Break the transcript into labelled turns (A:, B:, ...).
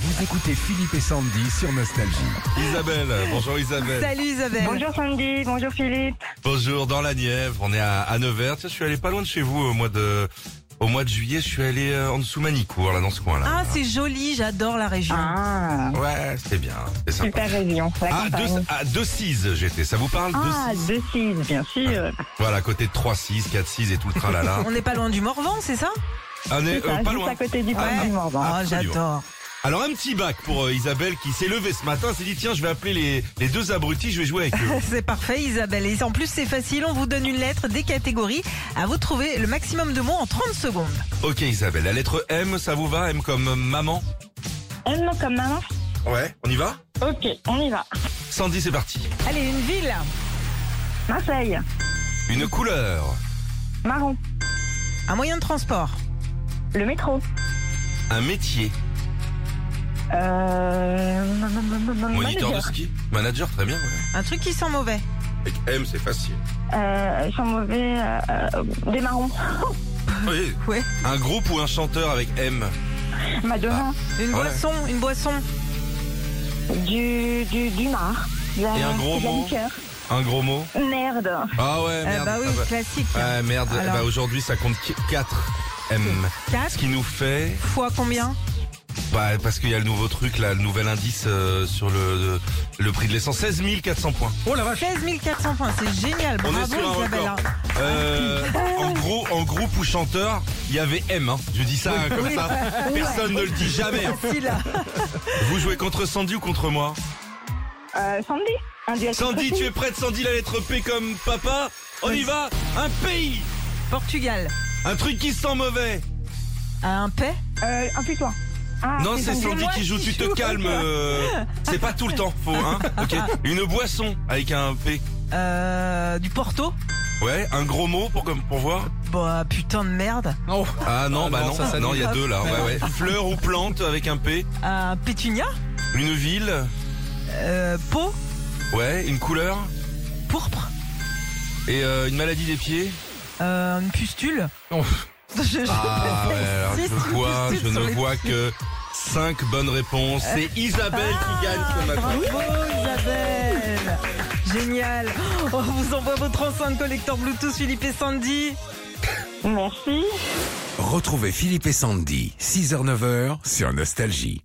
A: Vous écoutez Philippe et Sandy sur Nostalgie.
B: Isabelle, bonjour Isabelle.
C: Salut Isabelle.
D: Bonjour Sandy, bonjour Philippe.
B: Bonjour dans la Nièvre, on est à, à Nevers. Tiens, je suis allé pas loin de chez vous au mois de au mois de juillet, je suis allé euh, en dessous Manicourt là dans ce coin là.
C: Ah, c'est joli, j'adore la région.
D: Ah,
B: Ouais, c'était bien, c'était sympa.
D: super région, la
B: Ah, deux,
D: campagne.
B: ah, deux six, j'étais. Ça vous parle deux
D: Ah,
B: six Euh,
D: deux six, bien sûr.
B: Voilà, à côté de 3-6, 4-6 et tout le tralala.
C: On n'est pas loin du Morvan, c'est ça
B: on est
D: C'est
B: euh,
D: ça,
B: pas
D: juste
B: loin.
D: à côté du
B: Ah,
D: parc du Morvan.
C: Ah,
B: absolument.
C: j'adore.
B: Alors un petit bac pour euh, Isabelle qui s'est levée ce matin, s'est dit tiens, je vais appeler les, les deux abrutis, je vais jouer avec eux.
C: C'est parfait Isabelle. Et en plus, c'est facile, on vous donne une lettre, des catégories. À vous de trouver le maximum de mots en 30 secondes.
B: ok Isabelle, la lettre M, ça vous va M comme euh, maman Ah.
D: Un mot Euh, comme maman
B: Ouais. On y va
D: Ok, on y va.
B: Sandy, c'est parti.
C: Allez, une ville.
D: Marseille,
B: Une couleur.
D: marron,
C: Un moyen de transport.
D: le métro.
B: Un métier.
D: Euh...
B: Moniteur
D: manager.
B: de ski. Manager, très bien. ouais.
C: Un truc qui sent mauvais.
B: Avec M, c'est facile.
D: Euh, ils sont mauvais, euh, euh, des marrons.
B: Oui.
C: Ouais.
B: Un groupe ou un chanteur avec M.
D: Madonna,
B: Ouais.
C: Une
B: Ah,
C: boisson, une boisson.
D: du, du, du mar. Et
B: un gros mot. Un gros mot.
D: Merde.
B: Ah ouais,
C: Euh,
B: merde.
C: bah oui,
B: Ah bah-
C: classique.
B: Ah, merde, Eh
C: Alors. Ah.
B: bah, aujourd'hui ça compte 4 M. Ce
C: 4
B: qui nous fait...
C: fois combien
B: Bah, parce qu'il y a le nouveau truc, là, le nouvel indice euh, sur le, le prix de l'essence. 16 400 points.
A: Oh la vache
C: 16 400 points, c'est génial.
B: On est
C: Bravo
B: sur un
C: Isabelle.
B: record. Euh, en gros, en groupe ou chanteur, il y avait M. hein. Je dis ça hein, comme ça. Personne ne le dit jamais. hein.
C: Facile.
B: Vous jouez contre Sandy ou contre moi
D: Euh, Sandy, un duel.
B: Sandy, tu es prête Sandy, la lettre P comme papa On y va Un pays
C: Portugal.
B: Un truc qui sent mauvais
C: Un paix.
D: Euh, plus toi. Ah,
B: Non, c'est Sandy
C: moi
B: qui joue,
C: qui
B: tu te
C: joue.
B: calmes euh, C'est pas tout le temps, faut, hein Ok. Une boisson avec un P.
C: Euh, du Porto.
B: Ouais, un gros mot pour, comme- pour voir
C: Bah putain de merde.
A: Oh
B: Ah non,
A: Ah
B: bah
A: non,
B: non,
A: ça, ça
B: non, il y a
C: dépasse.
B: deux là. Ouais, ouais. Fleur ou plante avec un P.
C: Un pétunia.
B: Une ville.
C: Euh, peau.
B: Ouais, une couleur.
C: Pourpre.
B: Et euh, une maladie des pieds.
C: Euh, une pustule.
A: Oh.
C: Je- je-
B: Ah, ouais, alors,
C: Six
B: je vois,
C: pustules
B: je
C: sur
B: ne
C: les-
B: vois que 5 bonnes réponses. C'est Isabelle qui gagne ce matin.
C: Ah, Bravo Isabelle. Génial. Oh, On vous envoie votre enceinte collecteur Bluetooth Philippe et Sandy.
D: Merci.
A: Retrouvez Philippe et Sandy, 6h-9h sur Nostalgie.